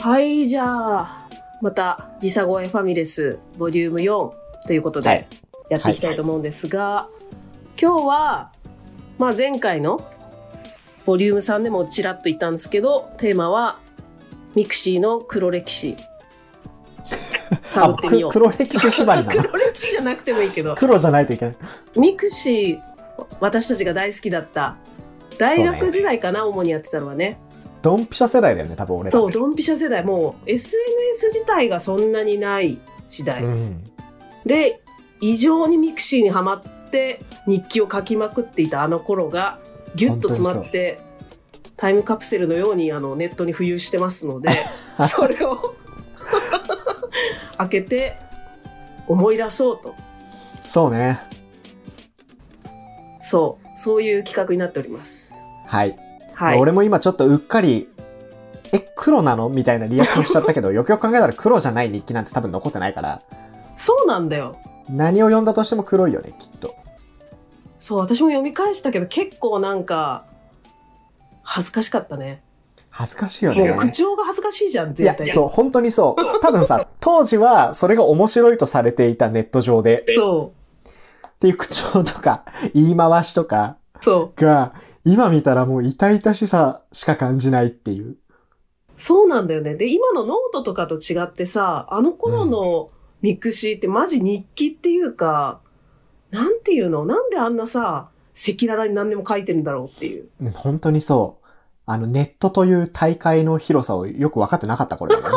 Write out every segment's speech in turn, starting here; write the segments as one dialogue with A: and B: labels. A: はい、じゃあ、また、時差公演ファミレス、ボリューム4ということ
B: は
A: で
B: い、
A: やっていきたいと思うんですが、今日は、まあ、前回のボリューム3でもちらっと言ったんですけど、テーマは、ミクシーの黒歴史。探ってみよ
B: あ
A: う。
B: く黒歴史縛りな の
A: 黒歴史じゃなくてもいいけど、
B: 黒じゃないといけない
A: ミクシー、私たちが大好きだった、大学時代かな、主にやってたのはね。
B: ドンピシャ世代だよね多分俺ら
A: そうドンピシャ世代もう SNS 自体がそんなにない時代、
B: うん、
A: で異常にミクシーにはまって日記を書きまくっていたあの頃がギュッと詰まってタイムカプセルのようにあのネットに浮遊してます のでそれを開けて思い出そうと
B: そうね
A: そうそういう企画になっております。
B: はい、
A: はい、
B: 俺も今ちょっとうっかりえ黒なのみたいなリアクションしちゃったけ どよくよく考えたら黒じゃない日記なんて多分残ってないから
A: そうなんだよ
B: 何を読んだとしても黒いよねきっと
A: そう私も読み返したけど結構なんか恥ずかしかったね。
B: 恥ずかしいよ
A: もう
B: ね
A: 口調が恥ずかしいじゃん、
B: いや
A: 絶対。
B: そう本当にそう多分さ当時はそれが面白いとされていたネット上で
A: そ
B: っていう口調とか言い回しとか
A: う。そう。
B: が今見たらもう痛々しさしか感じないっていう
A: そうなんだよね。で、今のノートとかと違ってさ、あの頃のミクシーってマジ日記っていうか、なんていうのなんであんなさ、赤裸々に何でも書いてるんだろうって いう。
B: うん本当にそうあのネットという大会の広さをよく分かってなかった頃 だね、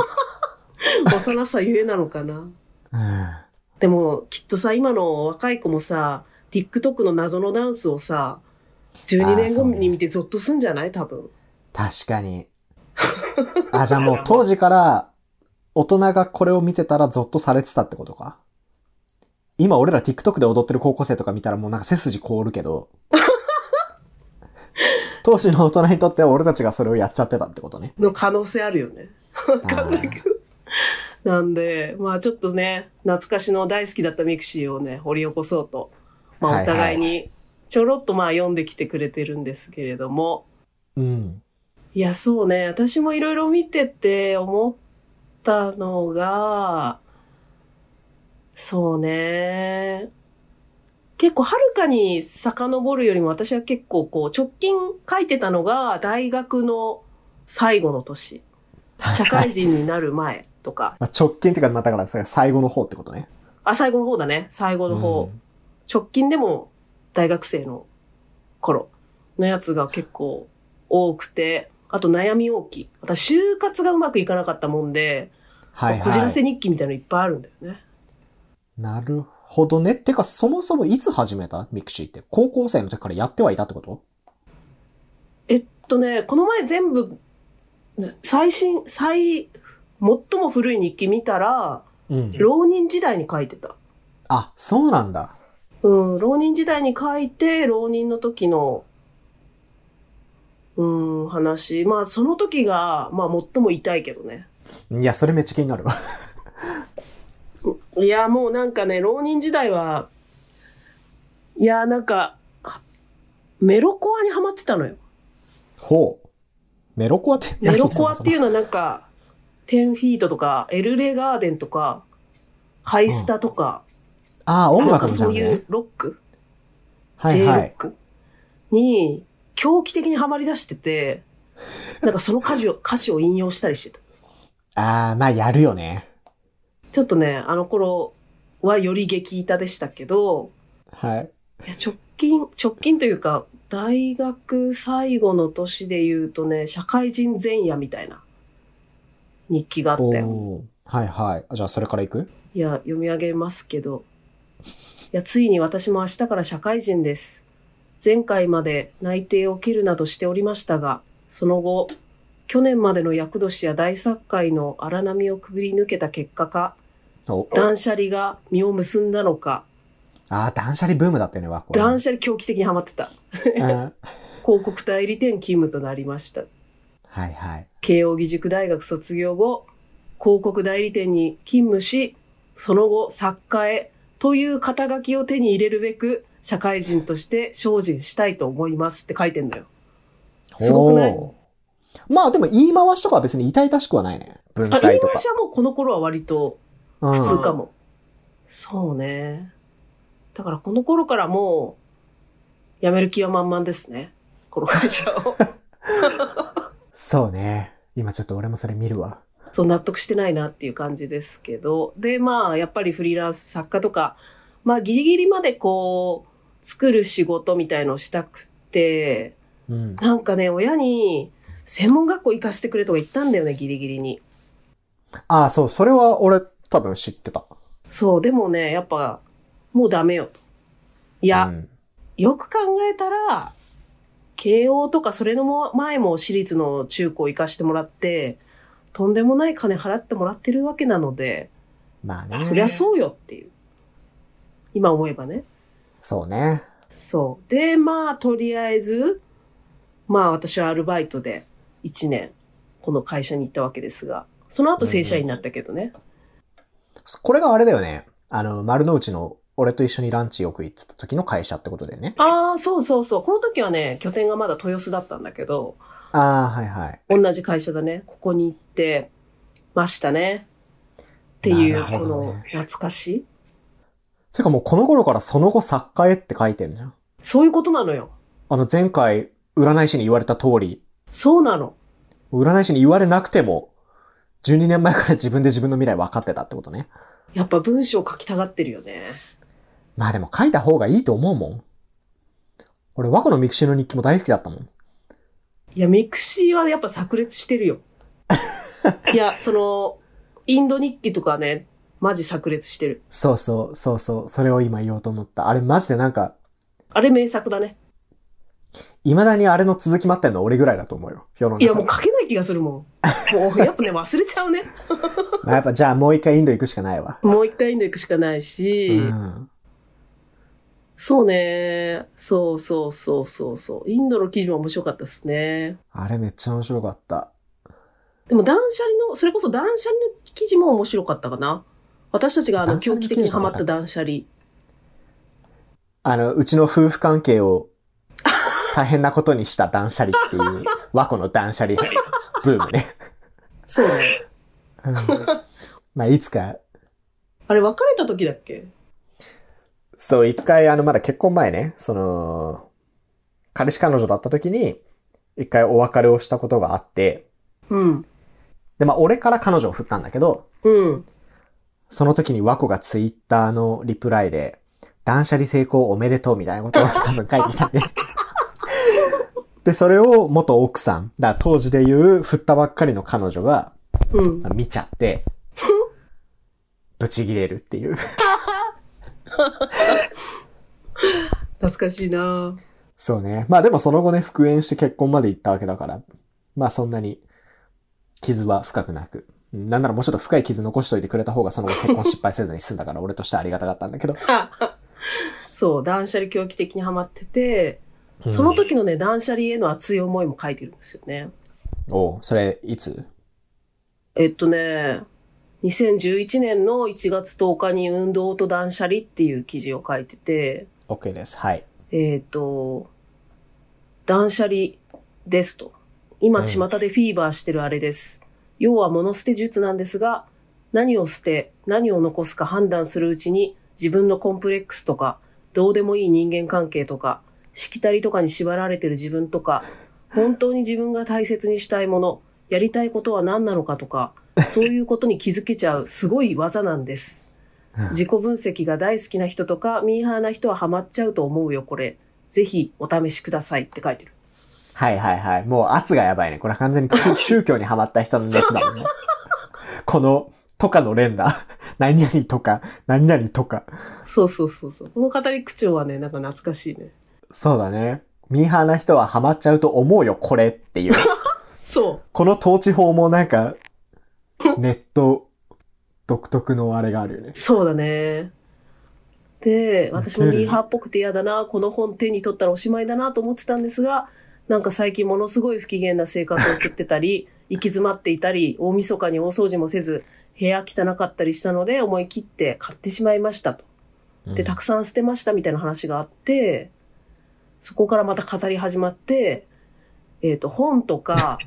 A: 幼さゆえなのかな。
B: うん
A: でも、きっとさ、今の若い子もさ、TikTok の謎のダンスをさ、12年後
B: あーそうね
A: に見てゾッとすんじゃない多分。
B: 確かに。あ、じゃあもう当時から大人がこれを見てたらゾッとされてたってことか。今俺ら TikTok で踊ってる高校生とか見たらもうなんか背筋凍る けど。当時の大人にとっては俺たちがそれをやっちゃってたってことね。
A: の可能性あるよね。わかんないけど。なんで、まあちょっとね、懐かしの大好きだったミクシーをね、掘り起こそうと、ま
B: はいは
A: あお
B: い
A: 互いにちょろっとまあ読んできてくれてるんですけれども、
B: うん。
A: いや、そうね。私もいろいろ見てて思ったのが、そうね。結構はるかに遡るよりも私は結構こう直近書いてたのが大学の最後の年。社会人になる前とか。
B: まあ、直近っていうか、まあ、だから最後の方ってことね。
A: あ、最後の方だね。最後の方。
B: うん
A: 直近でも大学生の頃のやつが結構多くて、あと悩み大きい。私、就活がうまくいかなかったもんで、
B: はい
A: こじら
B: は
A: せ
B: い。
A: 日記みたいのいっぱいあるんだよね。
B: なるほどね。てか、そもそもいつ始めたミクシーって。高校生の時からやってはいたってこと
A: えっとね、この前全部、ず最新、最、最も古い日記見たら、
B: うん
A: 浪人時代に書いてた。
B: あ、そうなんだ。
A: うん、浪人時代に書いて、浪人の時の、うん、話。まあ、その時が、まあ、最も痛いけどね。
B: いや、それめっちゃ気になる わ。
A: いや、もうなんかね、浪人時代は、いや、なんか、メロコアにハマってたのよ。
B: ほう。メロコアって
A: メロコアっていう
B: う。
A: のはなんか、10フィートとか、エルレガーデンとか、ハイスタとか、
B: ああ、音
A: なん
B: 楽
A: か
B: のジャ
A: そ
B: ン
A: う
B: ル
A: い
B: ね
A: う。ロック、
B: はいは
A: J ロッ
B: い。
A: クに、狂気的にハマり出してて、なんかその歌 詞を、歌詞を引用したりしてた。
B: ああ、まあやるよね。
A: ちょっとね、あの頃はより激痛でしたけど、
B: はい。
A: いや直近、直近というか、大学最後の年で言うとね、社会人前夜みたいな日記があったよ。
B: おーはいはい。あじゃあそれからいく
A: いや、読み上げますけど。いや、ついに私も明日から社会人です。前回まで内定を切るなどしておりましたが、その後、去年までの厄年や大作会の荒波をくぐり抜けた結果か、
B: お
A: 断捨離が実を結んだのか、
B: ああ、断捨離ブームだったよね、わこれ
A: 断捨離狂気的にハマってた。
B: うん
A: 広告代理店勤務となりました。
B: はいはい。
A: 慶應義塾大学卒業後、広告代理店に勤務し、その後作家へという肩書きを手に入れるべく、社会人として精進したいと思いますって書 いてんだよ。すごくない
B: おーまあでも言い回しとかは別に痛々しくはないね。文
A: あ、言
B: 体
A: い
B: と
A: 回
B: か
A: し。はもうこの頃は割と
B: うん
A: 普通かも。そうね。だからこの頃からもう、辞める気は満々ですね。この会社を。
B: そうね。今ちょっと俺もそれ見るわ。
A: そう、納得してないなっていう感じですけど。で、まあ、やっぱりフリーランス作家とか、まあ、ギリギリまでこう、作る仕事みたいのをしたくて、
B: うん。
A: なんかね、親に、専門学校行かせてくれとか言ったんだよね、ギリギリに。
B: ああ、そう、それは俺多分知ってた。
A: そう、でもね、やっぱ、もうダメよと。いや、
B: うん
A: よく考えたら、慶応とかそれのも前も私立の中高行かしてもらって、とんでもない金払ってもらってるわけなので、
B: まあね。
A: そりゃ
B: う。
A: そうよっていう。今思えばね。
B: そうね。
A: そう。で、まあ、とりあえず、まあ私はアルバイトで1年、この会社に行ったわけですが、その後正社員になったけどね。
B: これがあれだよね。あの、丸の内の俺と一緒にランチよく行ってた時の会社ってことだよね。
A: ああ、そうそうそう。この時はね、拠点がまだ豊洲だったんだけど、
B: ああ、はいはい。
A: 同じ会社だね。ここに行ってましたね。っていう、
B: なる
A: こ
B: ほどね
A: の懐かしい。
B: てかもうこの頃からその後作家へって書いてるじゃん。
A: そういうことなのよ。
B: あの前回、占い師に言われた通り、
A: そうなの。
B: 占い師に言われなくても、12年前から自分で自分の未来分かってたってことね。
A: やっぱ文章書きたがってるよね。
B: まあでも書いた方がいいと思うもん。俺、和子のミクシーの日記も大好きだったもん。
A: いや、ミクシーはやっぱ炸裂して るよ。いや、その、インド日記とかね、マジ炸裂してる。
B: そうそう、そうそう、それを今言おうと思った。あれマジでなんか、
A: あれ名作だね。
B: 未だにあれの続き待ってんの俺ぐらいだと思うよ。世の中
A: い
B: で
A: や、もう書けない気がするもん。もう、やっぱね、忘れちゃう ね。
B: まあ、やっぱじゃあもう一回インド行くしかないわ。
A: もう一回インド行くしかないうし、
B: ん。
A: そうね。そうそうそうそうそう。インドの記事も面白かったですね。
B: あれめっちゃ面白かった。
A: でも断捨離の、それこそ断捨離の記事も面白かったかな。私たちがあの
B: 断捨
A: 狂
B: 離の
A: 気
B: 記事
A: 的にハマった断捨離。
B: あの、うちの夫婦関係を大変なことにした断捨離っていう、和子の断捨離ブームね。
A: そうね。
B: うんまあ、いつか、
A: あれ別れた時だっけ
B: そう、一回、あの、まだ結婚前ね、その、彼氏彼女だった時に、一回お別れをしたことがあって、
A: うん。
B: で、まあ、俺から彼女を振ったんだけど、
A: うん。
B: その時に和子がツイッターのリプライで、断捨離成功おめでとうみたいなことを多分書いてき たね。で、それを元奥さん、だから当時で言う振ったばっかりの彼女が
A: うん。
B: 見ちゃって、ブチギレるっていう。
A: 懐かしいな
B: そうね。まあでもその後ね、復縁して結婚まで行ったわけだから、まあそんなに傷は深くなく。うんなんならもうちょっと深い傷残しといてくれた方がその後結婚失敗せずに済んだから俺としてはありがたかったんだけど。
A: そう、断捨離狂気的にハマってて、 その時のね、断捨離への熱い思いも書いてるんですよね。
B: おうそれ、いつ
A: えっとね、2011年の1月10日に運動と断捨離っていう記事を書いてて、
B: ?OK です。はい。
A: えっ、と、断捨離ですと。今、
B: うん
A: 巷でフィーバーしてるあれです。要は物捨て術なんですが、何を捨て、何を残すか判断するうちに、自分のコンプレックスとか、どうでもいい人間関係とか、しきたりとかに縛られてる自分とか、本当に自分が大切にしたいもの、やりたいことは何なのかとか、そういうことに気づけちゃう、すごい技なんです。自己分析が大好きな人とか、ミーハーな人はハマっちゃうと思うよ、これ。ぜひお試しくださいって書いてる。
B: はいはいはい。もう圧がやばいね。これは完全に宗 宗教にハマった人の熱だもんね。 この、とかの連打。 何々とか、何々とか。
A: そうそうそうそう。この語り口調はね、なんか懐かしいね。
B: そうだね。ミーハーな人はハマっちゃうと思うよ、これって いう。
A: そ
B: この統治法もなんか、ネット独特のあれがあるよね
A: う。。そうだね。で、私もミーハーっぽくて嫌だな、この本手に取ったらおしまいだなと思ってたんですが、なんか最近ものすごい不機嫌な生活を送ってたり、 行き詰まっていたり、大晦日に大掃除もせず、部屋汚かったりしたので思い切って買ってしまいましたと。で、たくさん捨てましたみたいな話があって、そこからまた語り始まって、えっ、と、本とか、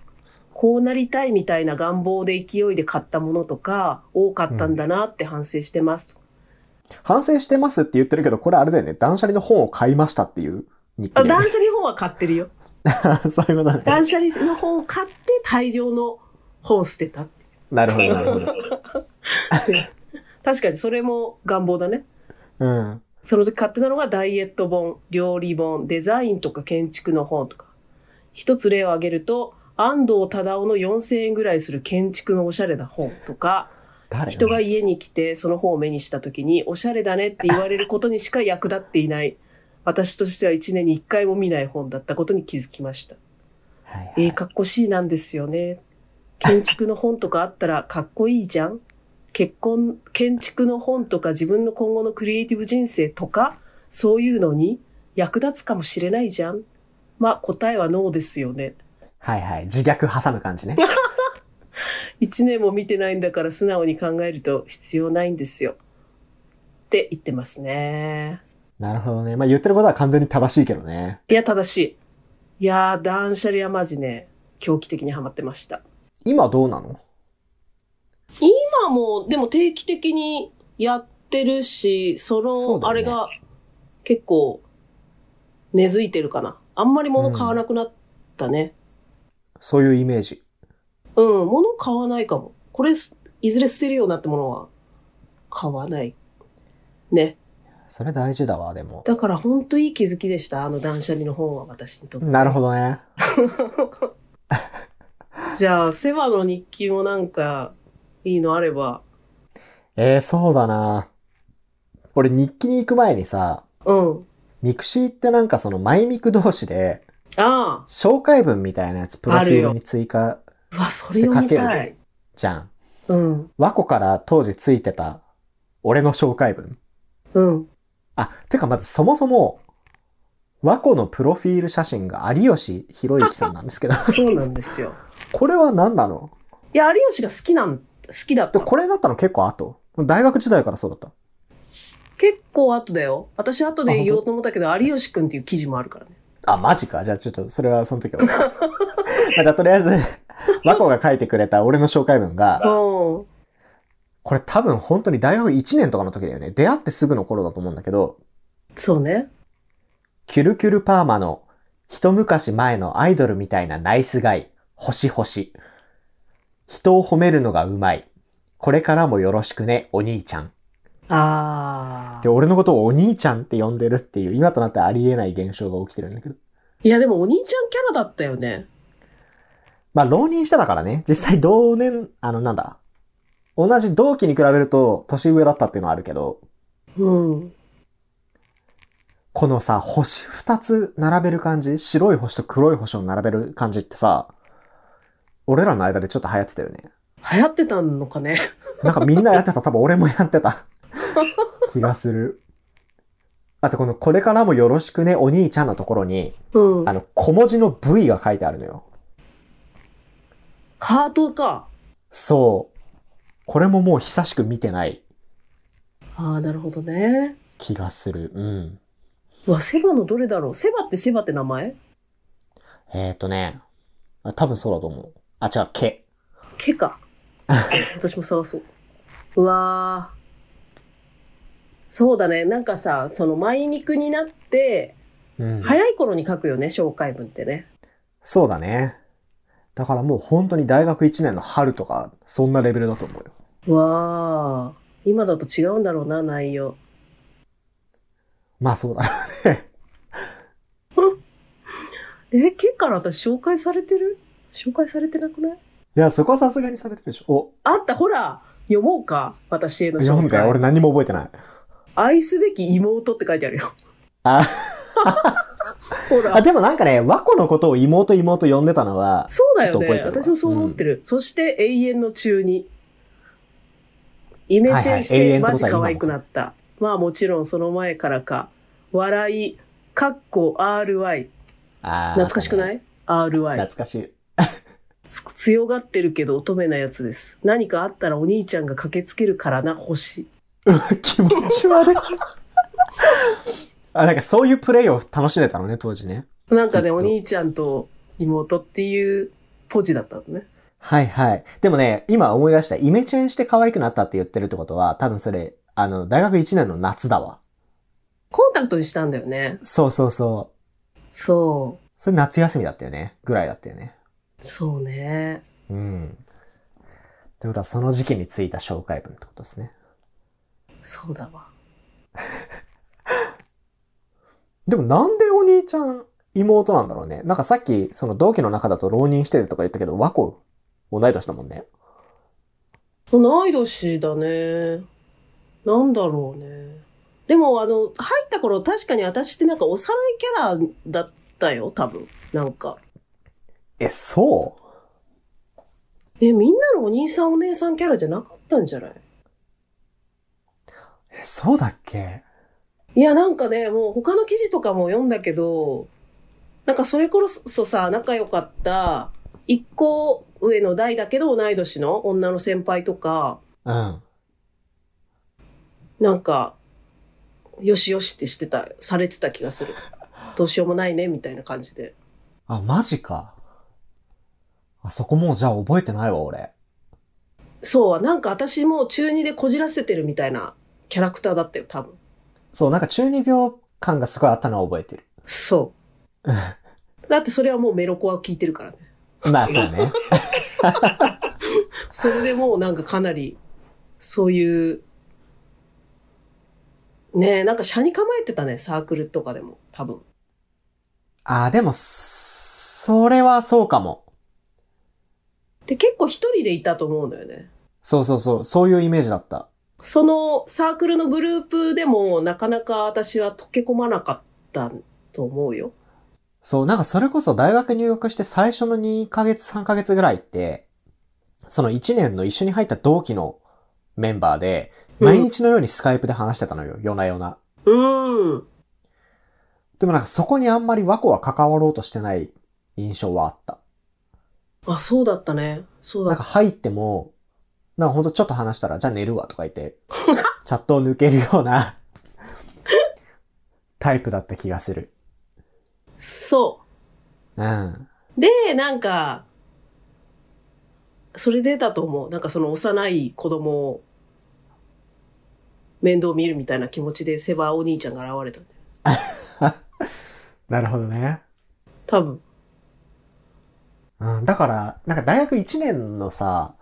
A: こうなりたいみたいな願望で勢いで買ったものとか多かったんだなって反省してます。
B: 反省してますって言ってるけど、これあれだよね。断捨離の本を買いましたっていう日記
A: あ
B: だよね、
A: 断捨離本は買ってるよ。
B: そういうことね。
A: 断捨離の本を買って大量の本捨てたって
B: なるほど、なるほ ど。
A: いう。確かにそれも願望だね。
B: うん。
A: その時買ってたのがダイエット本、料理本、デザインとか建築の本とか。一つ例を挙げると、安藤忠雄の4000円ぐらいする建築のおしゃれな本とか、
B: 誰
A: 人が家に来てその本を目にした時に、おしゃれだねって言われることにしか役立っていない。私としては1年に1回も見ない本だったことに気づきました。
B: はいはい
A: ええかっこしいなんですよね。建築の本とかあったらかっこいいじゃん結婚、建築の本とか自分の今後のクリエイティブ人生とか、そういうのに役立つかもしれないじゃんまあ答えはノーですよね。
B: はいはい。自虐挟む感じね。
A: 一年も見てないんだから素直に考えると必要ないんですよ。って言ってますね。
B: なるほどね。まあ言ってることは完全に正しいけどね。
A: いや、正しい。いやー、断捨離はマジね、狂気的にハマってました。
B: 今どうなの
A: まあもう、でも定期的にやってるし、その、
B: そうだ
A: あ
B: よね
A: れが結構根付いてるかな。あんまり物買わなくなったね。
B: そういうイメージ。
A: うん、物買わないかも。これす、いずれ捨てるようになったものは買わない。ね。
B: それ大事だわ、でも。
A: だからほんといい気づきでした。あの断捨離の本は私にとって。
B: なるほどね。
A: じゃあ、セバの日記もなんかいいのあれば。
B: えー、そうだな。俺日記に行く前にさ、
A: うん。
B: ミクシーってなんかその前ミク同士で
A: あ
B: 紹介文みたいなやつプロフィ
A: ある
B: ール
A: よ
B: に追加
A: あ。うわ、それ読み
B: して書け
A: た
B: る
A: い。
B: じゃん。
A: うん。
B: 和子から当時ついてた俺の紹介文。
A: うん。
B: あ、てかまずそもそも、和子のプロフィール写真が有吉弘行さんなんですけど、
A: そうなんですよ。
B: これは何なの
A: いや、有吉が好きなん、好きだっ
B: で
A: た。
B: これになったの結構後。大学時代からそうだった。
A: 結構後だよ。私後
B: あ
A: で
B: 本当
A: 言おうと思ったけど、有吉くんっていう記事もあるからね。
B: あ、マジか。じゃあちょっと、それはその時は。 まあじゃあとりあえず、 和子が書いてくれた俺の紹介文
A: う
B: が、
A: ん。
B: これ多分本当に大学1年とかの時だよね。出会ってすぐの頃だと思うんだけど、
A: そうね。
B: キュルキュルパーマの一昔前のアイドルみたいなナイスガイ、星星。人を褒めるのがうまい。これからもよろしくね、お兄ちゃん。
A: あ
B: で、
A: あ。
B: 俺のことをお兄ちゃんって呼んでるっていう、今となってはありえない現象が起きてるんだけど。
A: いや、でもお兄ちゃんキャラだったよね。
B: まあ、浪人してたからね、実際同年、あの、なんだ。同じ同期に比べると年上だったっていうのはあるけど、
A: うん。
B: このさ、星二つ並べる感じ、白い星と黒い星を並べる感じってさ、俺らの間でちょっと流行ってたよね。
A: 流行ってたのかね。
B: なんかみんなやってた。多分俺もやってた。気がする。あとこの、これからもよろしくね、お兄ちゃんのところに、
A: うん
B: あ。の、小文字の V が書いてあるのよ。
A: ハートか。
B: そう。これももう久しく見てない
A: ああ、なるほどね。
B: 気がする。うん。
A: うわ、セバのどれだろうセバってセバって名前
B: えーとね。あ多分そうだと思う。あ、違う、け。
A: ケ か。私も探そう。うわーそうだね。なんかさ、その、マイニクになって、
B: うん。
A: 早い頃に書くよね、紹介文ってね。
B: そうだね。だからもう本当に大学1年の春とか、そんなレベルだと思うよ。
A: わあ、今だと違うんだろうな、内容。
B: まあ そうだな。
A: え、けから私紹介されてる紹介されてなくない
B: いや、そこはさすがにされてるでしょ。
A: あった、ほら読もうか、私へ
B: お、
A: の
B: 読
A: 紹
B: んだ
A: 介
B: よ。。俺何も覚えてない。
A: 愛すべき妹って書いてあるよ。
B: あ、
A: ほ
B: あ、
A: ら。
B: でもなんかね、和子のことを妹妹呼んでたのは、
A: そうだよ
B: ちょっ
A: ね。
B: と覚えてるわ
A: 私もそう思ってる。そして、永遠の中に。イメチェンし
B: はいは
A: て、
B: い永遠って
A: マ
B: こと
A: ジ
B: は今
A: 可愛くなった。まあもちろんその前からか。笑い、かっこ RY。
B: あー
A: 懐かしくない ?RY。
B: 懐かしい。
A: つ強がってるけど乙女なやつです。何かあったらお兄ちゃんが駆けつけるからな、星。
B: 気持ち悪 い。あ、なんかそういうプレイを楽しんでたのね、当時ね。
A: なんか
B: ち
A: ね、
B: ょっ
A: お
B: と
A: 兄ちゃんと妹っていうポジだったのね。
B: はいはい。でもね、今思い出した、イメチェンして可愛くなったって言ってるってことは、多分それ、あの、大学1年の夏だわ。
A: コンタクトにしたんだよね。
B: そうそうそう。
A: そ
B: それ夏休みだったよね。ぐらいだったよね。
A: う。そうね。
B: うん。ってことは、その時期についた紹介文ってことですね。
A: そうだわ。
B: でもなんでお兄ちゃん妹なんだろうね。なんかさっき、その同期の中だと浪人してるとか言ったけど、和子、同い年だもんね。
A: 同い年だね。なんだろうね。でも、あの、入った頃確かに私ってなんか幼いキャラだったよ、多分。なんか。
B: え、そ
A: え、みんなのお兄さんお姉さんキャラじゃなかったんじゃないう
B: え、そうだっけ
A: いや、なんかね、もう他の記事とかも読んだけど、なんかそれこそさ、仲良かった、一個上の代だけど同い年の女の先輩とか、
B: うん。
A: なんか、よしよしってしてた、されてた気がする。どうしようもないね、みたいな感じで。
B: あ、マジか。あそこもうじゃあ覚えてないわ、俺。
A: そう、なんか私もう中二でこじらせてるみたいなキャラクターだったよ、多分。
B: そう、なんか中二病感がすごいあったのは覚えてる。
A: そう。だってそれはもうメロコア聞いてるからね。
B: まあそう ね。
A: それでもうなんかかなり、そういう、ねえ、なんか車に構えてたね、サークルとかでも、多分。
B: あ、でも、それはそうかも。
A: で、結構一人でいたと思うのよね。
B: そうそうそう、そういうイメージだった。
A: そのサークルのグループでも、なかなか私は溶け込まなかったと思うよ。
B: そう、なんかそれこそ大学入学して最初の2ヶ月、3ヶ月ぐらいって、その1年の一緒に入った同期のメンバーで、
A: うん
B: 毎日のようにスカイプで話してたのよ、夜な夜な。
A: うん。
B: でもなんかそこにあんまり和子は関わろうとしてない印象はあった。
A: あ、そうだったね。そう
B: な
A: だ
B: んか入っても、なんかほんとちょっと話したら、じゃあ寝るわとか 言って、チャットを抜けるようなタイプだった気がする。
A: そ
B: うん。
A: う。で、なんか、それでだと思う。なんかその幼い子供を面倒見るみたいな気持ちでセバお兄ちゃんが現れた。
B: なるほどね。
A: 多分。
B: うん、だから、なんか大学1年のさ、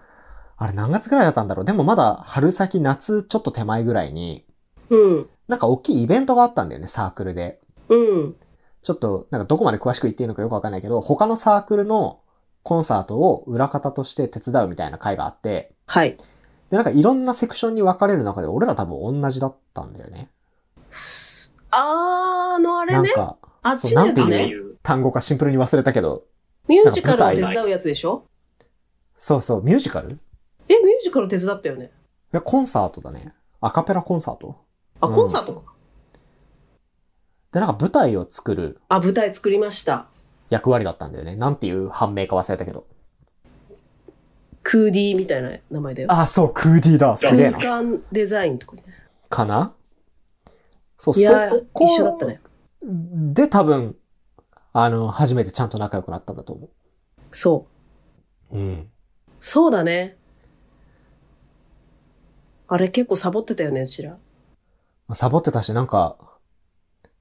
B: あれ何月ぐらいだったんだろうでもまだ春先夏ちょっと手前ぐらいに、
A: うん。
B: なんか大きいイベントがあったんだよね、サークルで。
A: うん。
B: ちょっと、なんかどこまで詳しく言っていいのかよくわかんないけど、他のサークルのコンサートを裏方として手伝うみたいな会があって、
A: はい。
B: で、なんかいろんなセクションに分かれる中で、俺ら多分同じだったんだよね。
A: あーのあれ
B: なん
A: ね。
B: か、
A: あっちのや
B: そ
A: つ
B: うなんて
A: ね
B: いう。単語かシンプルに忘れたけど、
A: ミュージカルを
B: なん
A: 手
B: か舞台
A: 伝うやつでしょ
B: そうそう、ミュージカルい
A: え、ミュージカル手伝ったよね。
B: や、コンサートだね。アカペラコンサート
A: あ、
B: うん
A: コンサートか。
B: で、なんか舞台を作る
A: あ、舞台作りました。
B: 役割だったんだよね。なんていう判明か忘れたけど。
A: クーディーみたいな名前だよ。
B: あ、そう、クーディーだ。すげえ
A: 空
B: な。
A: 間デザインとかね。
B: かなそう、
A: いや
B: そ、こ
A: 一緒だったね。。
B: で、多分、あの、初めてちゃんと仲良くなったんだと思。
A: そう
B: うん。
A: う。そうだね。あれ結構サボってたよね、うちら。
B: サボってたし、なんか、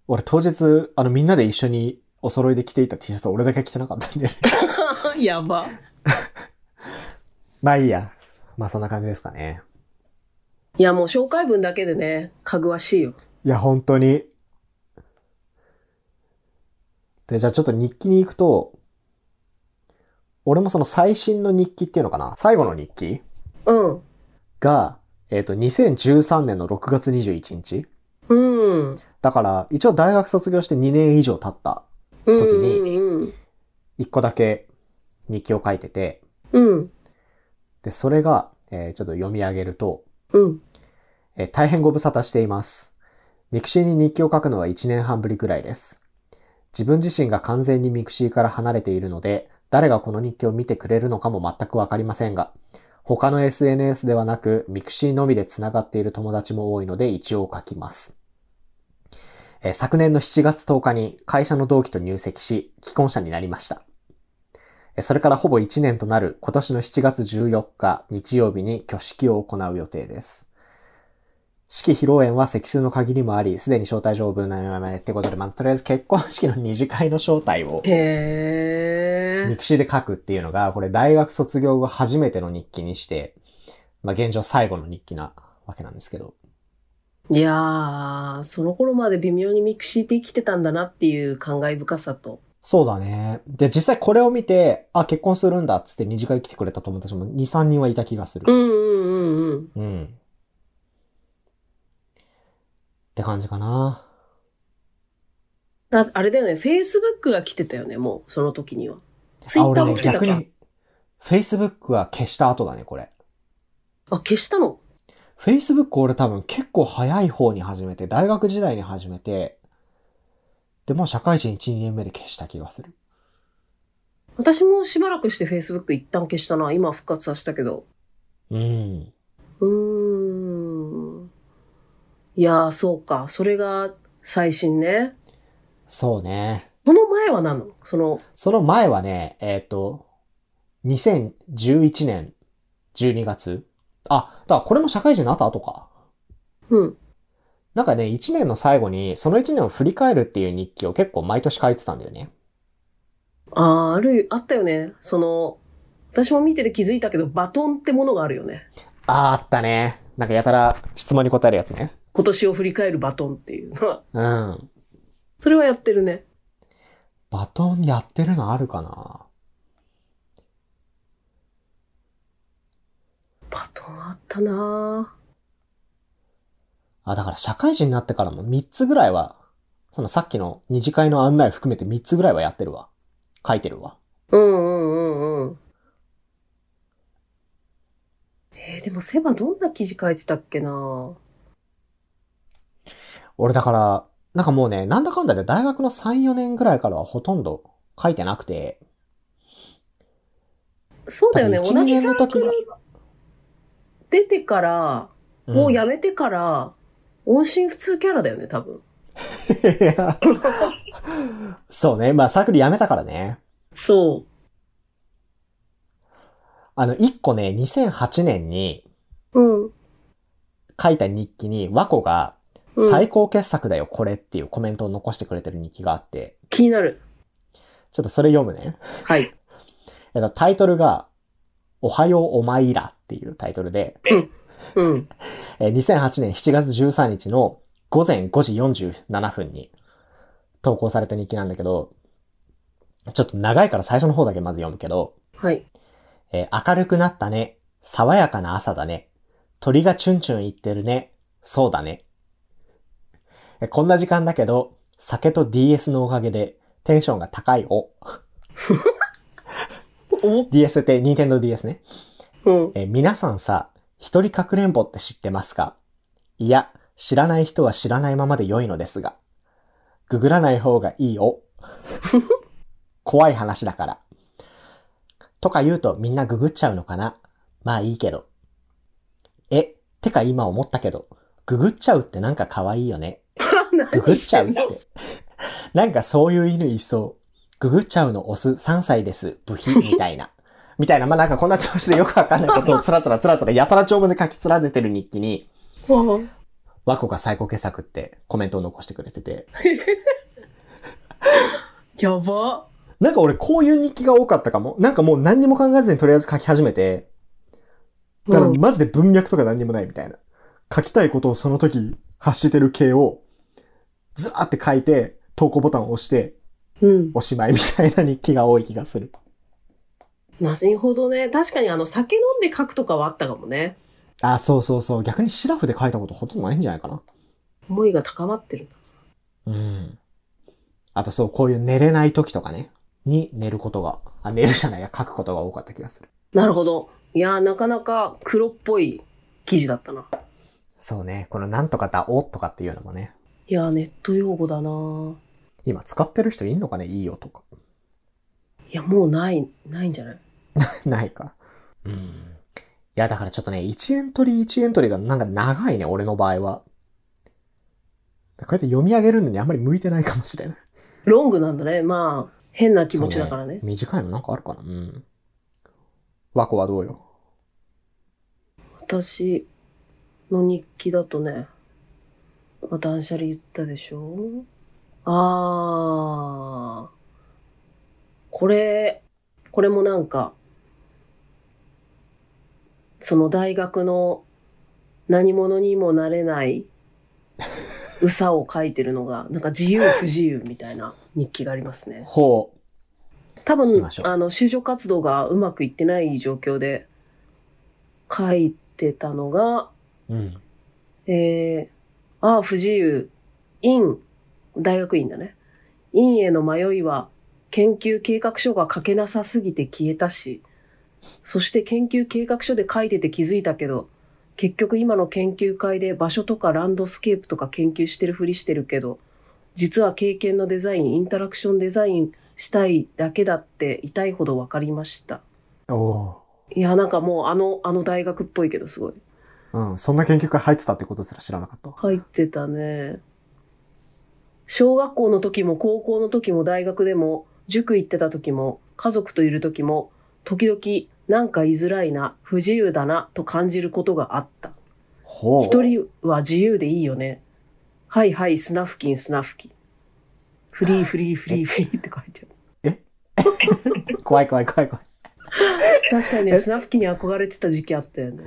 B: 俺当日、あの、みんなで一緒にお揃いで着ていた T シャツ俺だけ着てなかったんで。
A: やば。
B: まあいいや。まあそんな感じですかね。
A: いや、もう紹介文だけでね、かぐわしいよ。
B: いや、本当に。で、じゃあちょっと日記に行くと、俺もその最新の日記っていうのかな最後の日記
A: うん。
B: が、えっ、と、2013年の6月21日。
A: うん。
B: だから、一応大学卒業して2年以上経った。
A: うん
B: 時に
A: うん
B: 1個だけ日記を書いてて、
A: うん。うん。
B: で、それが、えーちょっと読み上げると、
A: うん。
B: えー大変ご無沙汰しています。ミクシーに日記を書くのは1年半ぶりくらいです。自分自身が完全にミクシーから離れているので、誰がこの日記を見てくれるのかも全くわかりませんが、他の SNS ではなく、ミクシーのみで繋がっている友達も多いので一応書きます。えー昨年の7月10日に会社の同期と入籍し、既婚者になりました。えそれからほぼ1年となる今年の7月14日日曜日に挙式を行う予定です。式披露宴は席数の限りもあり、すでに招待状を分内までってことで、まあ、とりあえず結婚式の二次会の招待を
A: へ
B: ミ
A: え。
B: クシーで書くっていうのが、これ大学卒業後初めての日記にして、まあ、現状最後の日記なわけなんですけど。
A: いやー、その頃まで微妙にミクシーで生きてたんだなっていう感慨深さと。
B: そうだね。で、実際これを見て、あ、結婚するんだっつって二次会来てくれた友達も2、3人はいた気がする
A: う。んうんうんうん。
B: うん。って感じかな。
A: ああれだよね、Facebook が来てたよね、もう、その時には。Twitter
B: あ、俺
A: も
B: ね、
A: 来てたか
B: 逆に、Facebook は消した後だね、これ。
A: あ、消したの
B: Facebook 俺多分結構早い方に始めて、大学時代に始めて、で、もう社会人1、2年目で消した気がする。
A: 私もしばらくして Facebook 一旦消したな。今復活させたけど。
B: うん。
A: うーん。いやー、そうか。それが最新ね。
B: そうね。
A: この前は何なのその、
B: その前はね、えっ、と、2011年12月。あ、だからこれも社会人になった後か。
A: うん。
B: なんかね、1年の最後に、その1年を振り返るっていう日記を結構毎年書いてたんだよね。
A: あー、ある、あったよね。その、私も見てて気づいたけど、バトンってものがあるよね。
B: あーあったね。なんかやたら質問に答えるやつね。
A: 今年を振り返るバトンっていうのは。
B: うん。
A: それはやってるね。
B: バトンやってるのあるかな
A: バトンあったな
B: あ、だから社会人になってからも3つぐらいは、そのさっきの二次会の案内含めて3つぐらいはやってるわ。書いてるわ。
A: ー。うんうんうんうん。えー、でもセバどんな記事書いてたっけな
B: 俺だから、なんかもうね、なんだかんだで大学の3、4年ぐらいからはほとんど書いてなくて、
A: そうだよね。
B: 多分1
A: 同じ
B: 2
A: サ
B: 年の
A: ー
B: 時
A: ク
B: が
A: ル出てから、もうやめてから、音信不通キャラだよね、多分。
B: いや そうね。まあ、サークル辞めたからね。
A: そ
B: あの、一個ね、2008年に
A: う。うん。
B: 書いた日記に、和子が、
A: うん
B: 最高傑作だよ、これっていうコメントを残してくれてる日記があって、
A: 気になる。
B: ちょっとそれ読むね。
A: はい。
B: えっと、タイトルが、おはようおまいらっていうタイトルで、
A: うん。
B: えー2008年7月13日の午前5時47分に投稿された日記なんだけど、ちょっと長いから最初の方だけまず読むけど、
A: はい。
B: えー明るくなったね。爽やかな朝だね。鳥がチュンチュン言ってるね。そうだね。えーこんな時間だけど、酒と DS のおかげでテンションが高いお。
A: お
B: DS って Nintendo DS ね。
A: うん。
B: えー皆さんさ、一人かくれんぼって知ってますかいや、知らない人は知らないままで良いのですが。ググらない方がい いよ。怖い話だから。とか言うとみんなググっちゃうのかなまあいいけど。え、てか今思ったけど、ググっちゃうってなんか可愛いよね。ググっちゃうって。なんかそういう犬いそう。ググっちゃうのオス3歳です。部品みたいな。みたいな、まあ、なんかこんな調子でよくわかんない ことをつらつらつらつらやたら長文で書き連ねてる日記に、
A: うん
B: 和子が最高傑作ってコメントを残してくれてて。
A: やば。
B: なんか俺こういう日記が多かったかも。なんかもう何にも考えずにとりあえず書き始めて、だから
A: うん
B: マジで文脈とか何にもないみたいな。書きたいことをその時発してる系を、ずらーって書いて、投稿ボタンを押して、
A: うん。
B: おしまいみたいな日記が多い気がする。
A: なるほどね。確かにあの、酒飲んで書くとかはあったかもね。
B: あ、そうそうそう。逆にシラフで書いたことほとんどないんじゃないかな。
A: 思いが高まってる。
B: うん。あとそう、こういう寝れない時とかね。に寝ることが、あ、寝るじゃないや、書くことが多かった気がする。
A: なるほど。いやー、なかなか黒っぽい記事だったな。
B: そうね。このなんとかだおとかっていうのもね。
A: いやー、ネット用語だな
B: 今使ってる人いんのかねいいよとか。
A: いや、もうない、ないんじゃない
B: ないか。うん。いや、だからちょっとね、1エントリー1エントリーがなんか長いね、俺の場合は。こうやって読み上げるのにあんまり向いてないかもしれない。
A: ロングなんだね。まあ、変な気持ちだからね。
B: そう短いのなんかあるかなうん。和子はどうよ。
A: 私の日記だとね、まあ、断捨離言ったでしょあー。これ、これもなんか、その大学の何者にもなれ ない、うさを書いてるのが、なんか自由不自由みたいな日記がありますね。
B: ほう。
A: 多
B: 聞き
A: 分
B: ましょう
A: あの就職活動がうまくいってない状況で書いてたのが、
B: うん。
A: えー、ああ、不自由、院、大学院だね。院への迷いは、研究計画書が書けなさすぎて消えたし、そして研究計画書で書いてて気づいたけど、結局今の研究会で場所とかランドスケープとか研究してるふりしてるけど、実は経験のデザイン、インタラクションデザインしたいだけだって痛いほど分かりました。
B: お
A: いや、なんかもうあの、あの大学っぽいけどすごい。
B: ーうん。そんな研究会入ってたってことすら知らなかった。
A: 入ってたね。小学校の時も高校の時も大学でも塾行ってた時も家族といる時も時々なんか居づらいな不自由だなと感じることがあった。
B: ほう。
A: 一人は自由でいいよね。はいはいスナフキンスナフキン。フリーフリーフリーフリーって書いてある。
B: 怖い怖い怖い怖い。
A: 確かにね
B: え
A: スナフキンに憧れてた時期あったよね。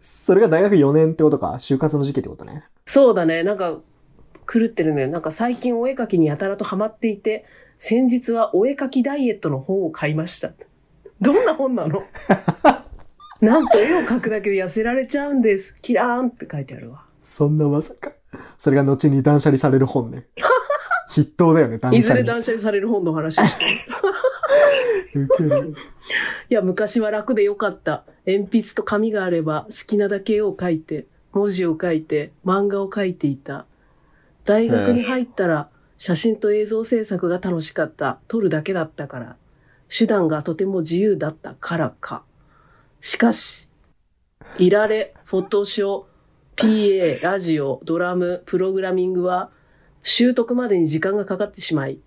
B: それが大学4年ってことか。就活の時期ってことね。
A: そうだね。なんか、狂ってるね。なんか最近お絵描きにやたらとハマっていて、先日はお絵描きダイエットの本を買いました。どんな本なのなんと絵を描くだけで痩せられちゃうんです。キラーンって書いてあるわ。
B: そんなまさか。それが後に断捨離される本 ね。筆頭だよね、断
A: いず
B: 捨
A: れ
B: 離。
A: 断捨離される本のお話をして。い
B: ウケる
A: や、昔は楽でよかった。鉛筆と紙があれば好きなだけ絵を描いて、文字を書いて、漫画を描いていた。大学に入ったら写真と映像制作が楽しかった。撮るだけだったから。手段がとても自由だったからか。しかし、いられ、フォトショ、PA、ラジオ、ドラム、プログラミングは習得までに時間がかかってしまい、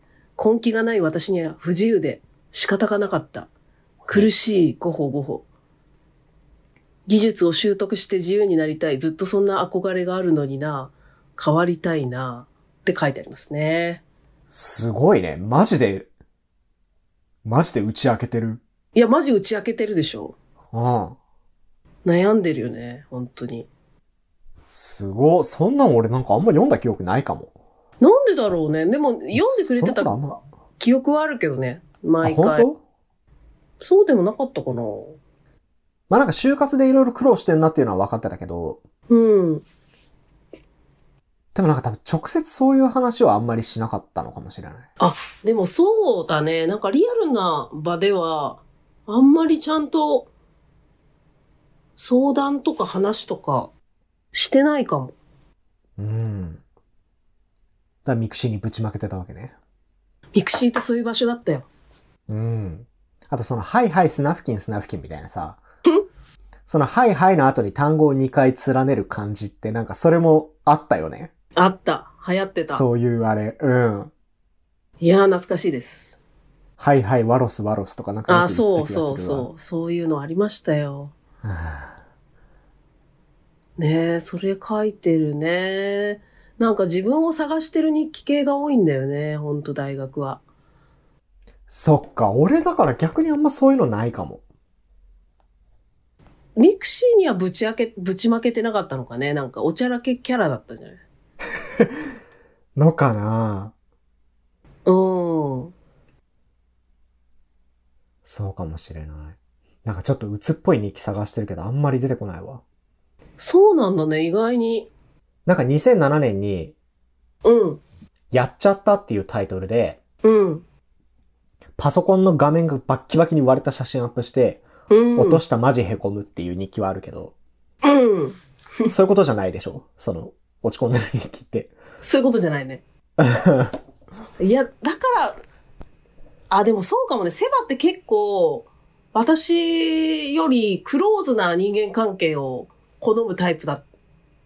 A: 根気がない私には不自由で仕方がなかった。苦しい、ごほごほ。技術を習得して自由になりたい。ずっとそんな憧れがあるのにな。変わりたいなって書いてありますね。
B: すごいね。マジで、マジで打ち明けてる。
A: いや、マジ打ち明けてるでしょ。
B: うん。
A: 悩んでるよね、本当に。
B: すごい。そんなん俺なんかあんま読んだ記憶ないかも。
A: なんでだろうね。でも、読んでくれて
B: そんなのあ
A: た
B: んま
A: 記憶はあるけどね、
B: あ、
A: 毎
B: 本
A: 回。
B: 当？
A: そうでもなかったかな。
B: まあなんか就活でいろいろ苦労してんなっていうのは分かってたけど、
A: うん。
B: でもなんか多分直接そういう話はあんまりしなかったのかもしれない。
A: でもそうだね。なんかリアルな場では、あんまりちゃんと、相談とか話とか、してないかも。
B: うん。だからミクシーにぶちまけてたわけね。
A: ミクシーってそういう場所だったよ。
B: うん。あとその、はいはい、スナフキン、スナフキンみたい なさ、その、はいはいの後に単語を2回連ねる感じって、なんかそれもあったよね。
A: あった。流行ってた。
B: そういうあれ、うん。
A: いやー、懐かしいです。
B: はいはい、ワロス、ワロスとかなんか
A: あ
B: よ
A: あ、
B: く言
A: そう
B: ってた気がするわ
A: そうそう。そういうのありましたよ。
B: はあ
A: ねえ、それ書いてるね。なんか自分を探してる日記系が多いんだよね。ほんと大学は。
B: そっか、俺だから逆にあんまそういうのないかも。
A: ミクシーにはぶち明け、ぶちまけてなかったのかね。なんかおちゃらけキャラだったんじゃない
B: のかな
A: うん。
B: そうかもしれない。なんかちょっと鬱っぽい日記探してるけど、あんまり出てこないわ。
A: そうなんだね。意外に。
B: なんか2007年に、
A: うん。
B: やっちゃったっていうタイトルで、
A: うん。
B: パソコンの画面がバッキバキに割れた写真アップして、
A: うん。
B: 落としたマジへこむっていう日記はあるけど、
A: うん。
B: そういうことじゃないでしょその、落ち込んでる日記って。
A: そういうことじゃないね。 いや、だから、あ、でもそうかもね。セバって結構、私よりクローズな人間関係を好むタイプだっ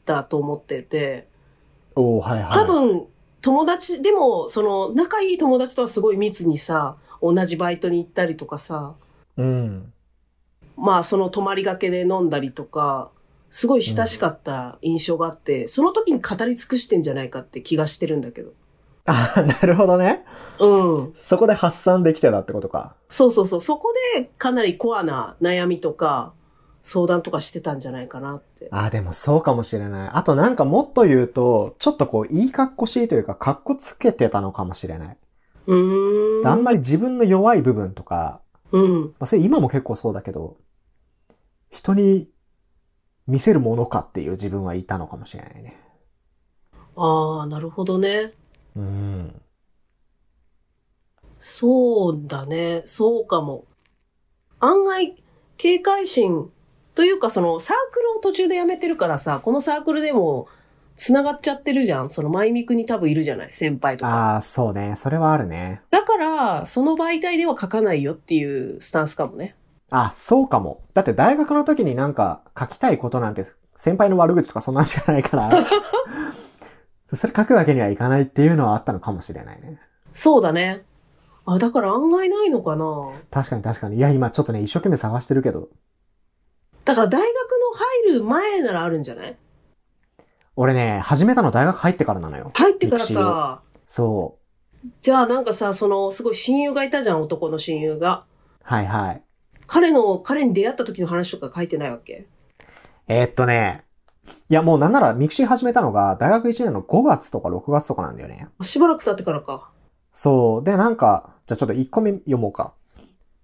A: たと思ってて、
B: おー、はいはい。
A: 多分、友達、でも、その、仲いい友達とはすごい密にさ、同じバイトに行ったりとかさ、
B: うん。
A: まあ、その泊まりがけで飲んだりとか、すごい親しかった印象があって、その時に語り尽くしてんじゃないかって気がしてるんだけど。
B: ああ、なるほどね。
A: うん。
B: そこで発散できてたってことか。
A: そうそうそう。そこでかなりコアな悩みとか、相談とかしてたんじゃないかなって。
B: ああ、でもそうかもしれない。あとなんかもっと言うと、ちょっとこう、いい格好しいというか、格好つけてたのかもしれない。
A: うーん。
B: あんまり自分の弱い部分とか、
A: うん。
B: まあ、それ今も結構そうだけど、人に見せるものかっていう自分はいたのかもしれないね。
A: ああ、なるほどね。
B: うん。
A: そうだね。そうかも。案外、警戒心というか、そのサークルを途中でやめてるからさ、このサークルでも繋がっちゃってるじゃん。そのマイミクに多分いるじゃない先輩とか。
B: ああ、そうね。それはあるね。
A: だから、その媒体では書かないよっていうスタンスかもね。
B: あ、そうかも。だって大学の時になんか書きたいことなんて、先輩の悪口とかそんなんしかないから。それ書くわけにはいかないっていうのはあったのかもしれないね。
A: そうだね。あ、だから案外ないのかな
B: 確かに確かに。いや、今ちょっとね、一生懸命探してるけど、
A: だから大学の入る前ならあるんじゃない
B: 俺ね、始めたの大学入ってからなのよ。
A: 入ってから
B: ミクシィ
A: か。
B: そ
A: じゃあなんかさ、その、すごい親友がいたじゃん、男の親友が。
B: う。はいはい。
A: 彼の、彼に出会った時の話とか書いてないわけ
B: えーっとね、いやもうなんならミクシー始めたのが大学1年の5月とか6月とかなんだよね。
A: しばらく経ってからか。
B: そう。で、なんか、じゃあちょっと1個目読もうか。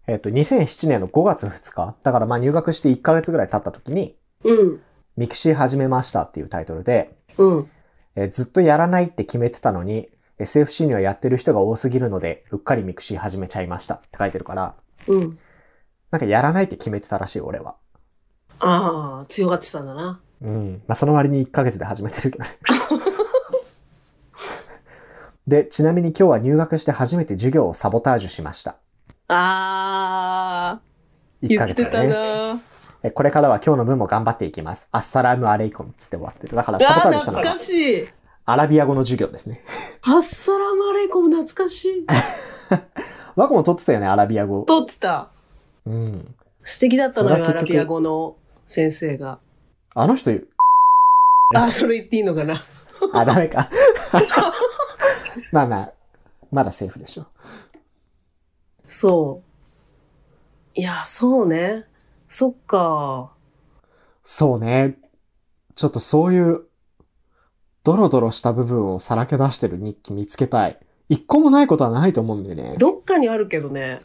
B: えーっと、2007年の5月2日。だからまあ入学して1ヶ月ぐらい経った時に、
A: うん。
B: ミクシー始めましたっていうタイトルで、
A: うん。
B: えーずっとやらないって決めてたのに、SFC にはやってる人が多すぎるので、うっかりミクシー始めちゃいましたって書いてるから、
A: うん。
B: なんかやらないって決めてたらしい、俺は。
A: ああ、強がってたんだな。
B: うん。まあ、その割に1ヶ月で始めてるけ どね。で、ちなみに今日は入学して初めて授業をサボタージュしました。
A: ああ、
B: 1
A: 言
B: ヶ
A: っ
B: 月
A: て
B: だ
A: た
B: ね。
A: な。
B: えこれからは今日の分も頑張っていきます。アッサラームアレイコンっつって終わってる。だからサボ
A: あ
B: タ
A: あ、
B: ージュしたの
A: 懐
B: が
A: かしい。
B: アラビア語の授業ですね。
A: パッサラマレイコも懐かしい。
B: ワコも取ってたよね、アラビア語。
A: 撮ってた。
B: うん。
A: 素敵だったの
B: それ
A: よ、
B: は
A: ア
B: 結
A: ラ
B: 局
A: ビア語の先生が。
B: あの人、
A: あ、それ言っていいのかな。
B: あ、ダ メか。まあまあ、まだセーフでしょ。
A: そう。いや、そうね。そっか。
B: そうね。ちょっとそういう、ドロドロした部分をさらけ出してる日記見つけたい。一個もないことはないと思うんだよね。
A: どっかにあるけどね。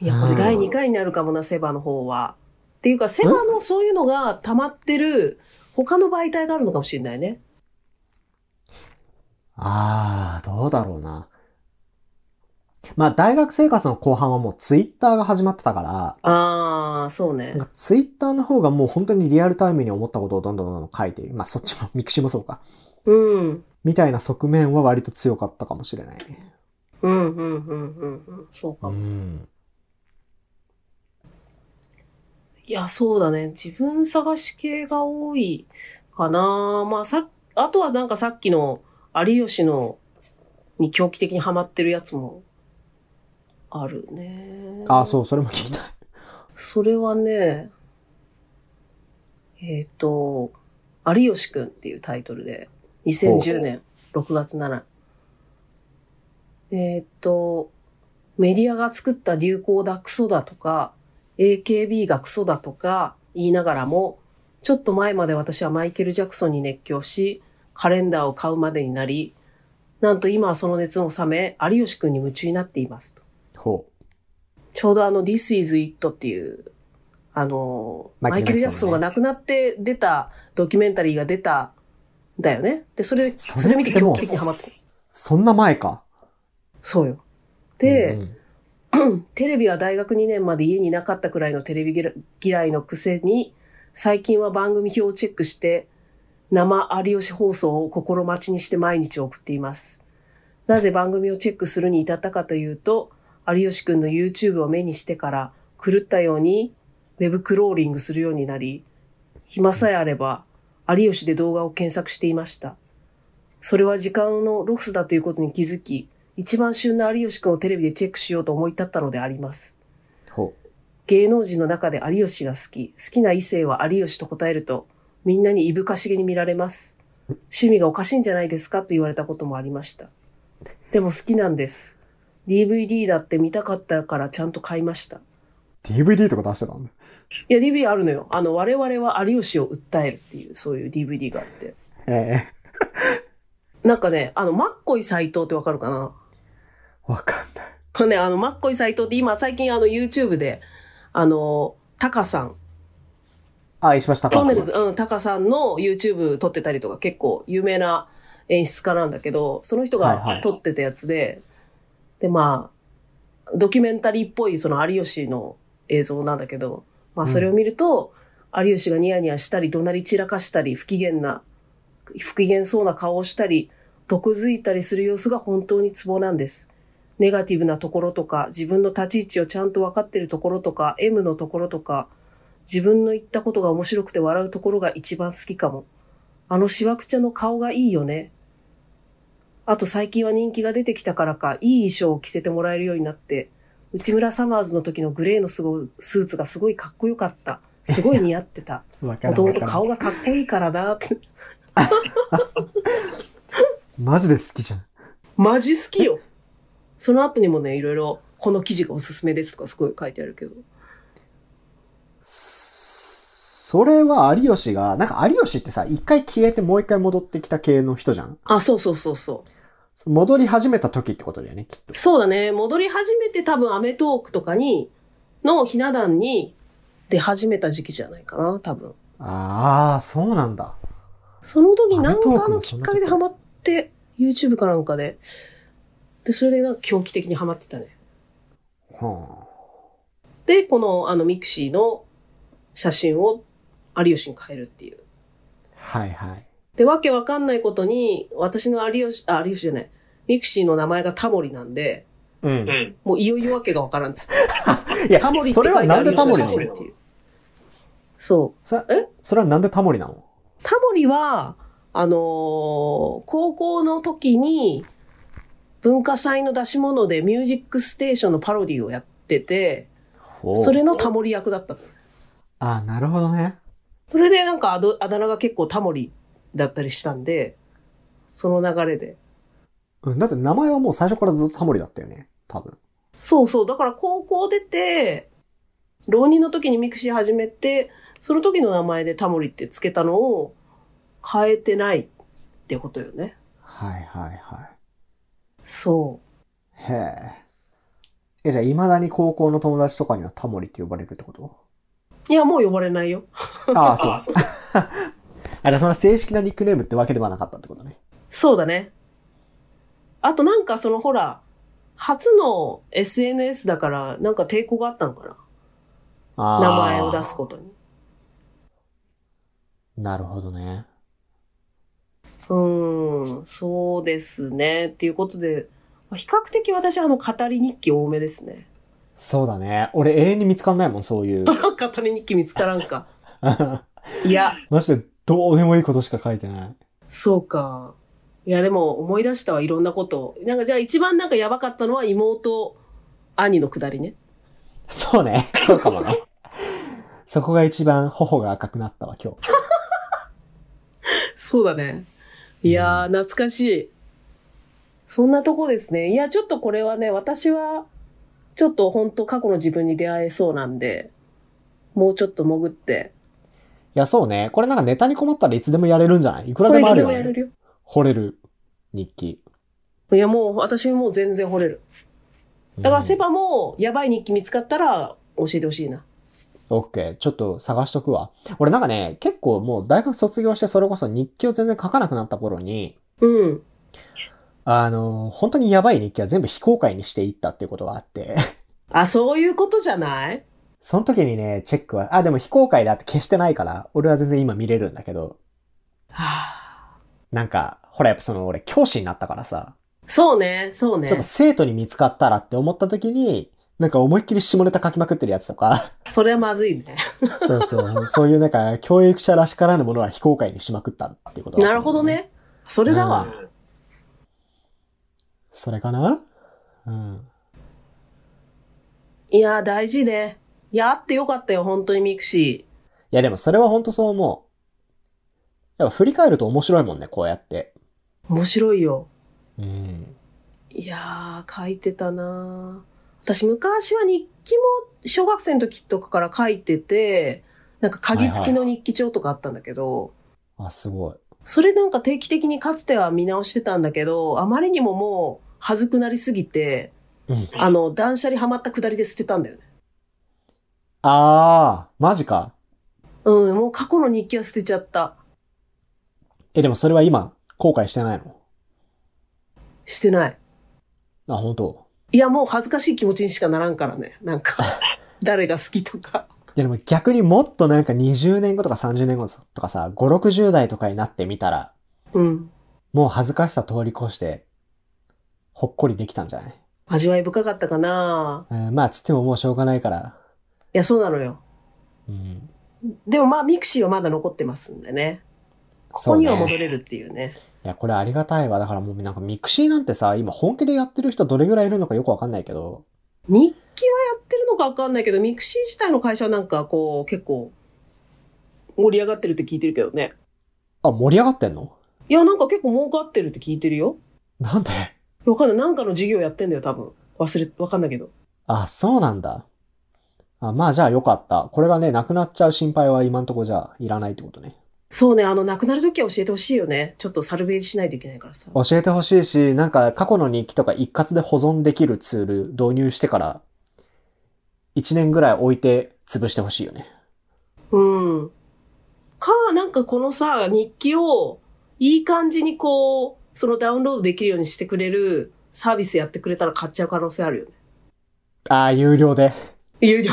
A: いや、こ
B: う
A: れ
B: ん
A: 第2回になるかもな、セバの方は。っていうか、セバのそういうのが溜まってる他の媒体があるのかもしれないね。
B: あー、どうだろうな。まあ、大学生活の後半はもうツイッターが始まってたから、
A: あー、そうね
B: なん。かツイッターの方がもう本当にリアルタイムに思ったことをどんどんどんどん書いている。まあ、そっちも、ミ クシィもそうか。
A: うん。
B: みたいな側面は割と強かったかもしれないね。
A: うん、うん、うん、うん、うん。そうか
B: う
A: も。
B: ん。
A: いや、そうだね。自分探し系が多いかな。まあ、さ、あとはなんかさっきの有吉のに狂気的にハマってるやつもあるね。
B: あー、そう、それも聞いたい。
A: それはね、えっ、と、有吉くんっていうタイトルで、2010年6月7日。えっ、と、メディアが作った流行だクソだとか、AKB がクソだとか言いながらも、ちょっと前まで私はマイケル・ジャクソンに熱狂し、カレンダーを買うまでになり、なんと今はその熱も冷め、有吉くんに夢中になっていますと。
B: ほう。
A: ちょうどあの、This is It っていう、あの、
B: マ
A: マ
B: イ
A: イ
B: ケ
A: ケ
B: ル
A: ル・ジ
B: ジャ
A: ャ
B: ク
A: クソ
B: ソン
A: ン
B: ね
A: が亡くなって出たドキュメンタリーが出た、だよね。で、それ、
B: そ
A: そ
B: れ
A: れ見て
B: っても
A: 狂気
B: う
A: 的にハマって。
B: そんな前か。
A: そうよ。で、
B: うんうん
A: テレビは大学2年まで家になかったくらいのテレビ嫌いのくせに、最近は番組表をチェックして、生有吉放送を心待ちにして毎日を送っています。なぜ番組をチェックするに至ったかというと、有吉くんの YouTube を目にしてから、狂ったようにウェブクローリングするようになり、暇さえあれば、有吉で動画を検索していました。それは時間のロスだということに気づき、一番旬な有吉くんをテレビでチェックしようと思い立ったのであります。
B: ほう。
A: 芸能人の中で有吉が好き、好きな異性は有吉と答えると、みんなにいぶかしげに見られます。趣味がおかしいんじゃないですかと言われたこともありました。でも好きなんです。DVD だって見たかったからちゃんと買いました。
B: DVD とか出してたんだ。
A: いや、DVD あるのよ。あの、我々は有吉を訴えるっていう、そういう DVD があって。
B: え
A: なんかね、あの、マッコイ斎藤ってわかるかな
B: えわかんない。
A: これね、あの、マッコイ斎藤って今、最近あの、YouTube で、あの、タカさん、
B: あ、石橋貴
A: トンネル
B: 明
A: ズ、うん、タカさんの YouTube 撮ってたりとか結構有名な演出家なんだけど、その人
B: はいは
A: が
B: い
A: 撮ってたやつで、で、まあ、ドキュメンタリーっぽいその有吉の映像なんだけど、まあそれを見ると、有吉がニヤニヤしたり、怒鳴り散らかしたり、不機嫌な、不機嫌そうな顔をしたり、毒づいたりする様子が本当にツボなんです。ネガティブなところとか、自分の立ち位置をちゃんと分かってるところとか、M のところとか、自分の言ったことが面白くて笑うところが一番好きかも。あのしわくちゃの顔がいいよね。あと最近は人気が出てきたからか、いい衣装を着せてもらえるようになって、内村サマーズの時のグレーのすごスーツがすごいかっこよかった。すごい似合ってた。
B: わか
A: も
B: ん
A: と
B: な
A: も
B: い
A: と顔が かっこいいからだって。
B: マジで好きじゃん。
A: マジ好きよ。その後にもね、いろいろ、この記事がおすすめですとかすごい書いてあるけど。
B: それは有吉が、なんか有吉ってさ、一回消えてもう一回戻ってきた系の人じゃん
A: あ、そうそうそうそ
B: 戻り始めた時ってことだよね、きっと
A: う。。そうだね。戻り始めて多分アメトーークとかに、のひな壇に出始めた時期じゃないかな、多分。
B: ああ、そうなんだ。
A: その時何
B: アメトーー
A: か
B: ク
A: の
B: も
A: き
B: そ
A: っ
B: んな
A: かけでハマって、YouTube かなんかで。で、それでなんか狂気的にハマってたね。
B: は
A: で、このあのミクシーの写真を有吉に変えるっていう。
B: あ、はいはい。
A: で、わけわかんないことに、私の有吉、あ、有吉じゃない、ミクシーの名前がタモリなんで、
B: うん。
A: もういよいよわけがわからんっつって。
B: いや
A: タモリ、って
B: そ
A: 書い
B: れは
A: てあ
B: なん
A: る
B: でタモリ
A: 有
B: な
A: 吉の
B: の
A: 写真っていう。そう。
B: さ
A: え
B: それはなんでタモリなの
A: タモリは、あのー高校の時に、文化祭の出し物でミュージックステーションのパロディをやってて、
B: ほう
A: それのタモリ役だった。
B: ああ、なるほどね。
A: それでなんかあどあだ名が結構タモリだったりしたんで、その流れで。
B: うん、だって名前はもう最初からずっとタモリだったよね。多分。
A: そうそう。だから高校出て、浪人の時にミクシー始めて、その時の名前でタモリってつけたのを変えてないってことよね。
B: はいはいは
A: そ
B: い。へえ。え、じゃあ未だに高校の友達とかにはタモリって呼ばれるっ てこと
A: う。いや、もう呼ばれないよ。
B: ああ、そう。
C: あそう
B: あ、じゃあその正式なニックネームってわけではなかったってことね。
A: そうだね。あとなんかそのほら、初の SNS だからなんか抵抗があったのかな。
B: あ
A: 名前を出す
B: こ
A: ことに。
B: と。なるほどね。
A: うーん、そうですね。っていうことで、まあ比較的私はあの語り日記多めですね。
B: そうだね。俺永遠に見つかんないもん、そう いう。
A: 語り日記見つからんか。 いや、
B: マジでどうでもいいことしか書いてない。
A: そうか。いや、でも思い出したわ、いろんなこと。なんかじゃあ一番なんかやばかったのは妹、兄のくだりね。
B: そ うね。そうかもね。そこが一番頬が赤くなったわ、今日。
A: そうだね。いやー、懐かしい。そんなとこですね。いや、ちょっとこれはね、私は、ちょっと本当過去の自分に出会えそうなんで、もうちょっと潜って。
B: いや、そうね。これなんかネタに困ったらいつでもやれるんじゃないいくら
A: これ
B: で
A: い
B: もあ
A: つ
B: る
A: で
B: よ
A: もやれ
B: ね。
A: るよ。
B: 惚れる日記。
A: いや、もう私もう全然惚れる。だからセ
B: ば。
A: パも、やばい日記見つかったら教えてほしいな。
B: オッケー。ちょっと探しとくわ。俺なんかね、結構もう大学卒業してそれこそ日記を全然書かなくなった頃に、
A: うん。
B: あの、本当にやばい日記は全部非公開にしていったっていうことがあって、
A: あ、そういうことじゃない
B: その時にね、チェックは、あ、でも非公開だって消してないから、俺は全然今見れるんだけど、
A: はあ
B: なんか、ほらやっぱその俺教師になったからさ、
A: そうね、そうね
B: ちょっ。と生徒に見つかったらって思った時に、なんか思いっきり下ネタ書きまくってるやつとか、
A: それはまずいね。
B: そうそう、そういうなんか教育者らしからぬものは非公開にしまくったっていうことだった
A: なるほどね。それだわ。
B: うんそれかなうん。
A: いやー、大事ね。いや、あってよかったよ、本当にミクシ
B: いやでもそれは本当そう思う。やっぱ振り返ると面白いもんね、こうやって。
A: ー。面白いよ。
B: うん。
A: いやー、書いてたなー私、昔は日記も小学生の時とかから書いてて、なんか鍵付きの日記帳とかあったんだけど、
B: あ、すごい。
A: それなんか定期的にかつては見直してたんだけど、あまりにももう、はずくなりすぎて、
B: うん。
A: あの、断捨離ハマったくだりで捨てたんだよね。
B: あー、マジか。
A: うん、もう過去の日記は捨てちゃった。
B: え、でもそれは今、後悔してないの
A: してない。
B: あ、本当
A: いや、もう恥ずかしい気持ちにしかならんからね。なん か、誰が好きとか。
B: いやでも逆にもっとなんか20年後とか30年後とかさ、5、60代とかになってみたら、
A: うん。
B: もう恥ずかしさ通り越して、ほっこりできたんじゃない、
A: 味わい深かったかな
B: うん、まあ、つってももうしょうがないから。
A: いや、そうなのよ。
B: うん。
A: でもまあ、ミクシーはまだ残ってますんでね。ここには戻れるっていうね。
B: いや、これありがたいわ。だからもうなんかミクシーなんてさ、今本気でやってる人どれぐらいいるのかよくわかんないけど、
A: 日記はやってるのかわかんないけど、ミクシー自体の会社はなんかこう、結構、盛り上がってるって聞いてるけどね。
B: あ、盛り上がってんの
A: いや、なんか結構儲かってるって聞いてるよ。
B: なんで
A: わかんない。なんかの事業やってんだよ、多分。忘れ、わかんないけど。
B: あ、そうなんだ。あ、まあじゃあよかった。これがね、なくなっちゃう心配は今んとこじゃあいらないってことね。
A: そうね、あの、亡くなる時は教えてほしいよね。ちょっとサルベージしないといけないからさ。
B: 教えてほしいし、なんか過去の日記とか一括で保存できるツール導入してから、1年ぐらい置いて潰してほしいよね。
A: うん。か、なんかこのさ、日記を、いい感じにこう、そのダウンロードできるようにしてくれるサービスやってくれたら買っちゃう可能性あるよね。
B: ああ、有料で。
A: 有料で。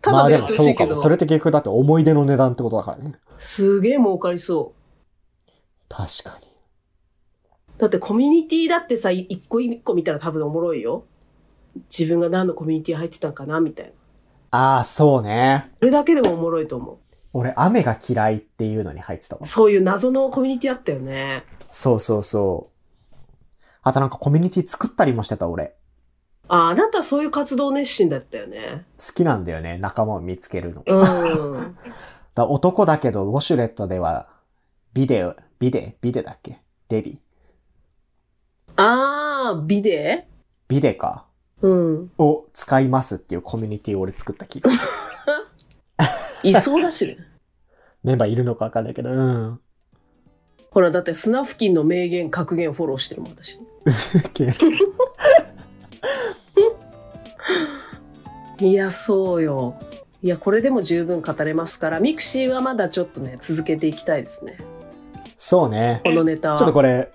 A: た
B: ま
A: だ
B: あ
A: でや
B: で
A: っ
B: も
A: てほし
B: そう
A: い
B: か
A: け
B: も。
A: ど。
B: それって結局だって思い出の値段ってことだからね。
A: すげえ儲かりそ
B: 確かに。
A: う。だってコミュニティだってさ、い一個一個見たら多分おもろいよ。自分が何のコミュニティ入ってたんかな、みたいな。
B: ああ、そうね。
A: それだけでもおもろいと思
B: 俺、雨が嫌いっていうのに入ってたわ
A: う。。そういう謎のコミュニティあったよね。
B: そうそうそう。あとなんかコミュニティ作ったりもしてた俺。
A: あ、あなたそういう活動熱心だったよね。
B: 好きなんだよね、仲間を見つけるの。
A: うん。
B: だ男だけど、ウォシュレットでは、ビデオ、ビデ、ビデだっけデビ。
A: あー、ビデ
B: ビデか。
A: うん。
B: を使いますっていうコミュニティを俺作った気がす る。
A: いそうだしね。
B: メンバーいるのかわかんないけど、うん。
A: ほら、だってスナフキンの名言、格言フォローしてるもん、私。いや、そうよ。いや、これでも十分語れますから、ミクシーはまだちょっとね、続けていきたいですね。
B: そうね
A: こ。のネタ
B: ちょっと
A: は。
B: これ、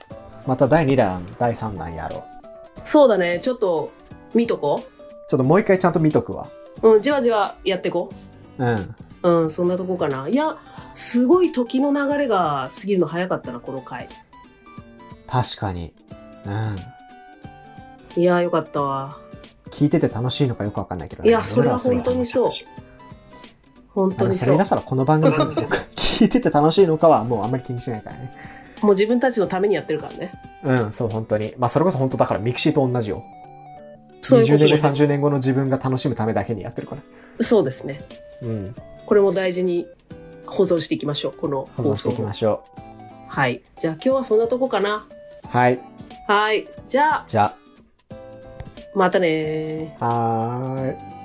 B: また第2弾、第3弾やろう。
A: そうだね、ちょっと見とこ
B: ちょっともう一回ちゃんと見とくわ。
A: う。うん、じわじわやってこ
B: うん。
A: う。うん、そんなとこかな。いや、すごい時の流れが過ぎるの早かったな、この回。
B: 確かに。うん。
A: いや、よかったわ。
B: 聞いてて楽しいのかよくわかんないけど、
A: いや、それは
B: 俺
A: 本
B: らす
A: 当
B: ごい
A: にそう。本
B: あ
A: 当
B: の
A: に
B: そ
A: そう
B: れ言い。出したらこの番組全部そうか 聞いてて楽しいのかはもうあんまり気にしないからね。
A: もう自分たちのためにやってるからね。
B: うん、そう、本当に。まあ、それこそ本当だからミクシーと同じよ。
A: そういう
B: 20
A: こと
B: 年後、
A: です。
B: 30年後の自分が楽しむためだけにやってるから。
A: そうですね。
B: うん、
A: これも大事に保存していきましょう。この
B: 保
A: 放
B: 存して
A: 送
B: いき
A: を
B: ま。しょ
A: はい。じゃあ今日はそんなとこかな。
B: う。はい。
A: はい。じゃあ、
B: じゃ
A: またねー。
B: あ、はーい。